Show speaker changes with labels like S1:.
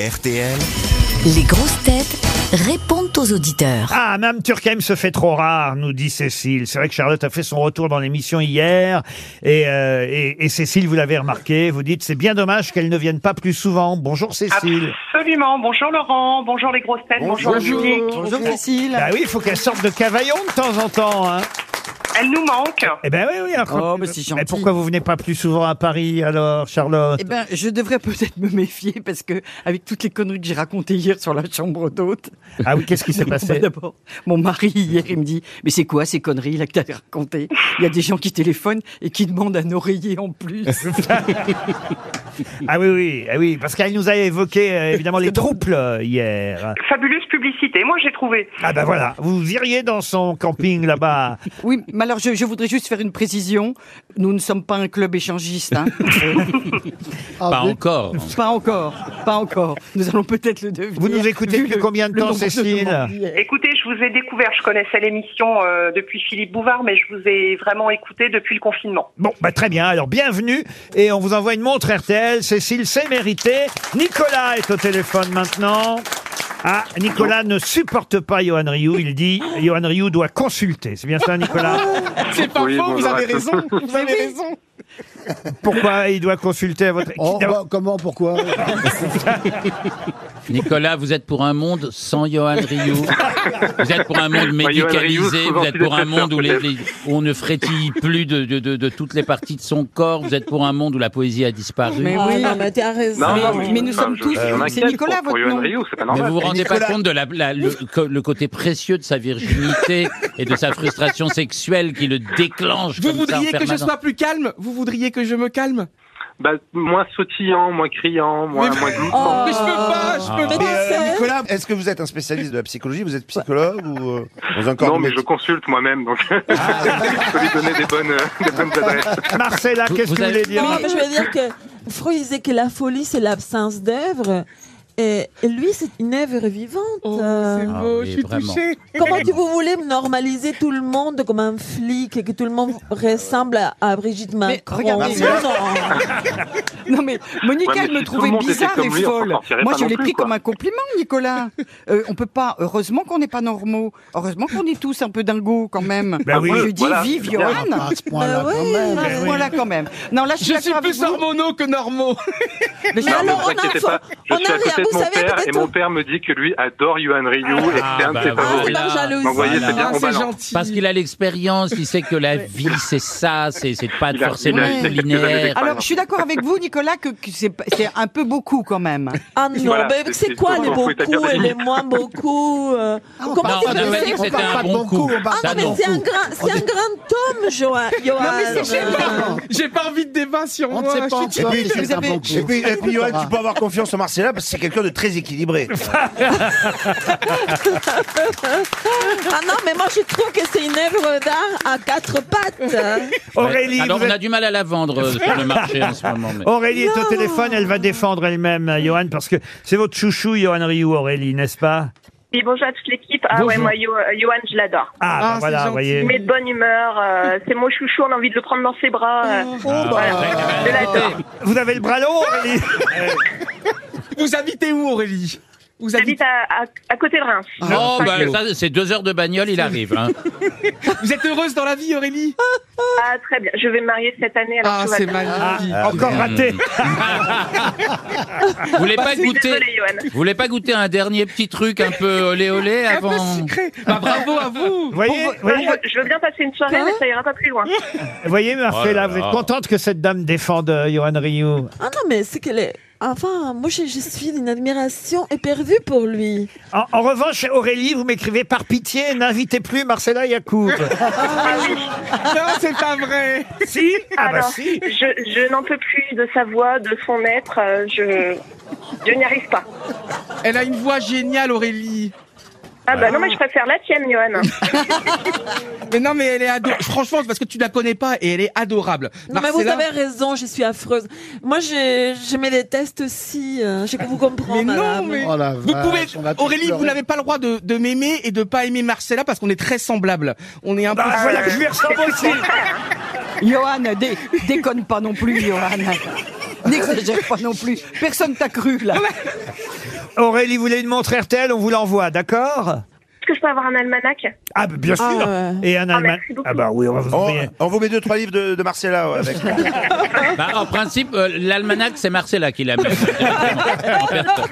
S1: RTL.
S2: Les grosses têtes répondent aux auditeurs.
S3: Ah, Mme Turckheim se fait trop rare, nous dit Cécile. C'est vrai que Charlotte a fait son retour dans l'émission hier. Et, euh, et- et Cécile, vous l'avez remarqué, vous dites c'est bien dommage qu'elle ne vienne pas plus souvent. Bonjour
S4: Ah,
S3: Cécile.
S5: Absolument. Bonjour Laurent, bonjour les grosses têtes, bonjour, le public.
S4: Cécile.
S3: Bah oui, il faut qu'elle sorte de Cavaillon de temps en temps. Hein.
S5: Elle nous manque.
S3: Eh ben oui, oui. alors quand-
S4: Oh, mais c'est gentil.
S3: Mais pourquoi vous venez pas plus souvent à Paris alors, Charlotte
S4: Eh ben, je devrais peut-être me méfier parce que avec toutes les conneries que j'ai racontées hier sur la chambre d'hôte.
S3: Ah oui, qu'est-ce qui s'est
S4: Bon, bah,
S3: passé
S4: D'abord, mon mari hier, il me dit "Mais c'est quoi ces conneries là que t'as racontées Il y a des gens qui téléphonent et qui demandent un oreiller en plus."
S3: Ah oui, oui, ah oui, parce qu'elle nous a évoqué euh, évidemment les troubles euh, hier.
S5: Fabuleuse publicité, moi j'ai trouvé.
S3: Ah ben voilà, vous iriez dans son camping là-bas.
S4: oui, mais alors je, je voudrais juste faire une précision. Nous ne sommes pas un club échangiste. Hein.
S3: Ah,
S6: Pas encore.
S4: pas encore, pas encore. Nous allons peut-être le devenir.
S3: Vous nous écoutez
S4: vu
S3: depuis
S4: le-
S3: combien de
S4: le
S3: temps,
S4: nombre
S3: Cécile
S4: demandes hier.
S5: Écoutez, je vous ai découvert, je connaissais l'émission euh, depuis Philippe Bouvard, mais je vous ai vraiment écouté depuis le confinement.
S3: Bon, bah très bien. Alors, bienvenue. Et on vous envoie une montre RTL. Cécile, c'est mérité. Nicolas est au téléphone maintenant. Ah, Nicolas ne supporte pas Johan Rioux. Il dit, Johan Rioux doit consulter. C'est bien ça, Nicolas
S7: C'est pas
S8: Oui,
S7: faux, vous
S8: bonjour
S7: avez
S8: à tous.
S7: raison. Vous avez raison.
S3: Pourquoi il doit consulter à votre...
S9: Oh, bah, comment, pourquoi
S6: Nicolas, vous êtes pour un monde sans Johan Rioux. vous êtes pour un monde
S8: Bah, Johan Rioux, je
S6: médicalisé.
S8: trouve
S6: Vous êtes pour un
S8: antidépresseur,
S6: monde où, les-
S8: peut-être.
S6: les- où on ne frétille plus de, de- de- de toutes les parties de son corps. Vous êtes pour un monde où la poésie a disparu.
S4: Ah, Mais
S6: Mais,
S10: Ah,
S4: oui.
S8: Non, non,
S4: mais-
S8: je-
S4: mais nous
S8: enfin,
S4: sommes
S8: je-
S4: tous-
S8: je
S4: c'est
S8: m'inquiète
S4: Nicolas,
S8: pour- pour
S4: votre
S8: Johan
S4: nom.
S8: Rioux, c'est pas normal.
S6: vous vous rendez
S9: Nicolas-
S6: pas compte de la, la- le, co- le côté précieux de sa virginité et de sa frustration sexuelle qui le déclenche.
S7: Vous
S6: comme ça en
S7: voudriez que je
S6: permanence.
S7: sois plus calme Vous voudriez que je me calme
S8: Bah, moins sautillant, moins criant, moins,
S7: Mais-
S8: moins
S10: Oh.
S8: gloussant.
S7: Mais je peux
S6: Ah.
S8: Ah,
S7: pas,
S4: Ah.
S7: je peux pas.
S9: Nicolas, est-ce que vous êtes un spécialiste de la psychologie Vous êtes psychologue ou euh, dans un corps
S8: Non,
S9: de
S8: mais je
S9: métier
S8: consulte moi-même, donc
S6: Ah.
S8: je peux lui donner des bonnes, euh, des bonnes adresses.
S3: Marcella,
S6: Vous-
S3: qu'est-ce
S6: vous
S3: que vous
S6: avez-
S3: voulez dire
S10: Non, mais je veux dire que Freud disait que la folie, c'est l'absence d'œuvre. Et et lui, c'est une œuvre vivante.
S7: Oh,
S10: Euh,
S7: c'est
S6: Ah,
S7: beau,
S6: mais
S7: je suis
S6: vraiment.
S7: touché.
S10: Comment tu vous voulez normaliser tout le monde comme un flic et que tout le monde ressemble à, à Brigitte Macron
S4: regardez.
S10: Non,
S4: Non mais Monica,
S8: Ouais, mais
S4: elle me
S8: si tout
S4: trouvait
S8: le monde était
S4: bizarre et
S8: comme lui, on s'en
S4: folle.
S8: sortirait
S4: Moi,
S8: pas
S4: je
S8: non
S4: l'ai
S8: plus,
S4: pris
S8: quoi.
S4: comme un compliment, Nicolas. Euh, on peut pas. Heureusement qu'on n'est pas normaux. Heureusement qu'on est tous un peu dingos quand même.
S6: Bah
S3: Ben oui.
S7: euh,
S4: Je dis
S8: Voilà.
S4: vive
S8: Bien.
S4: Johan.
S9: Ah, à ce point-là,
S10: Bah
S9: quand
S10: ouais.
S9: même.
S4: Ah,
S3: oui.
S4: Voilà quand même. Non, là, je suis
S7: Je suis
S4: d'accord avec
S7: plus
S4: vous.
S7: hormonaux que normaux.
S4: Mais
S8: Non,
S10: alors,
S8: mais
S10: on
S8: vous
S10: a
S8: inquiétez
S10: info-
S8: pas, je
S10: on
S8: suis
S10: a
S8: à
S10: rien,
S8: côté de
S10: vous
S8: mon
S10: savez,
S8: père et
S10: peut-être-
S8: mon père me dit que lui adore Johan Rioux et que c'est un de ses favoris.
S6: bah,
S10: Ah, c'est par jalousie.
S8: Donc, vous voyez, c'est bien,
S7: Ah,
S8: on
S7: c'est
S8: balance.
S7: gentil.
S6: Parce qu'il a l'expérience, il sait que la vie, c'est ça, c'est c'est pas
S8: Il a-
S6: forcément
S4: il a- il a quelques années
S6: linéaire.
S4: Alors, je suis d'accord avec vous, Nicolas, que, que c'est pas- c'est un peu beaucoup quand même.
S10: Ah non,
S8: Voilà,
S10: mais
S8: c'est-
S10: c'est
S8: c'est
S10: quoi
S8: tout,
S10: les
S8: faut établir
S10: beaucoup
S8: des
S10: et les
S8: limites.
S10: moins beaucoup euh, Comment
S6: Non,
S10: tu
S6: on
S10: peux
S6: n'a pas
S10: dire-
S6: dit que
S9: on
S6: c'était
S9: parle
S6: un
S9: pas de
S6: bon
S9: bon
S6: coup.
S9: coup, on parle
S10: Ah
S6: Ça,
S10: non,
S6: non.
S10: mais c'est un grand, c'est un grand tome, Johan. Johan.
S7: mais c'est
S10: Euh,
S7: J'ai pas envie de débat sur
S9: On ne
S7: moi.
S9: sait pas
S7: je suis
S9: encore.
S7: touché.
S9: Et puis,
S4: vous avez-
S9: Et puis, et puis, Johan, tu peux avoir confiance en Marcella parce que c'est quelqu'un de très équilibré.
S10: Ah non, mais moi je trouve que c'est une œuvre d'art à quatre pattes. hein.
S3: Aurélie,
S6: Alors,
S3: vous
S6: on
S3: êtes-
S6: a du mal à la vendre euh, sur le marché en ce moment.
S7: Oh,
S6: mais-
S3: Aurélie est au téléphone, elle va défendre elle-même, euh, Johan, parce que c'est votre chouchou, Johan Rioux, Aurélie, n'est-ce pas
S5: Et bonjour à toute l'équipe. Ah ouais, moi, Johan, je l'adore.
S3: Ah, bah
S7: c'est
S3: voilà,
S7: gentil.
S3: vous voyez.
S5: de bonne humeur, euh, c'est mon chouchou, on a envie de le prendre dans ses bras. euh,
S9: Oh, bah,
S5: je l'adore.
S3: Vous avez le bras long, Aurélie
S7: Vous habitez où, Aurélie Vous
S5: J'habite
S7: habitez.
S5: à, à, à côté de Reims.
S7: Ah,
S6: Oh,
S5: Cinq
S6: bah,
S5: kilos.
S6: ça, c'est deux heures de bagnole, il arrive. hein.
S7: Vous êtes heureuse dans la vie, Aurélie
S5: Ah, très bien. Je vais me marier cette année. Alors
S7: Ah,
S5: tout va
S7: c'est
S5: bien.
S3: Ah,
S7: magnifique.
S3: Encore raté
S6: Vous voulez
S7: Bah,
S6: pas
S5: Je suis
S6: goûter
S5: désolée, Johan.
S6: vous voulez pas goûter un dernier petit truc un peu olé olé
S7: Un peu
S6: avant
S7: sucré. Bah, bravo à vous.
S3: Vous voyez,
S5: Moi,
S3: vous voyez,
S5: je, je veux bien passer une soirée,
S10: Quoi
S5: mais ça ira pas plus loin.
S3: vous voyez, Marcella,
S6: Oh là
S3: vous êtes
S6: là.
S3: contente que cette dame défende euh, Johan Rioux
S10: Ah non, mais c'est qu'elle est. Enfin, moi je, je suis d'une admiration éperdue pour lui.
S3: En, en revanche, Aurélie, vous m'écrivez par pitié, n'invitez plus Marcella Yacoub. Ah,
S7: Non, c'est pas vrai.
S3: si Ah bah
S5: Alors,
S3: si
S5: je, je n'en peux plus de sa voix, de son être. euh, Je, je n'y arrive pas.
S7: Elle a une voix géniale, Aurélie.
S5: Ah bah non, mais je préfère la tienne, Johan.
S7: Mais non, mais elle est adorable. Franchement, c'est parce que tu la connais pas et elle est adorable.
S10: Non, mais vous
S7: Marcella-
S10: avez raison, je suis affreuse. Moi je, je me déteste aussi. euh, Je vous comprends,
S7: Mais non,
S10: madame.
S7: mais
S9: Oh la
S7: vous
S9: vache,
S7: pouvez,
S9: on va tous
S7: Aurélie, vous
S9: pleurer.
S7: n'avez pas le droit de, de m'aimer et de pas aimer Marcella parce qu'on est très semblables. On est un
S9: Bah,
S7: peu.
S3: Ah, voilà que je lui ressemble aussi
S4: Johan, dé- déconne pas non plus, Johan. N'exagère pas non plus. Personne t'a cru, là.
S3: Aurélie, vous voulez une montre RTL On vous l'envoie, d'accord
S1: Est-ce que je peux avoir un almanach
S3: Ah, bah, bien sûr.
S10: Ah, ouais.
S3: Et un Allemand.
S1: merci beaucoup.
S3: Ah, bah oui, on va
S6: Oh,
S3: vous
S9: On,
S3: envoyer.
S9: on vous met deux, trois livres de, de Marcella. ouais, avec.
S6: Bah, en principe, euh, l'almanach, c'est Marcella qui l'amène. En personne.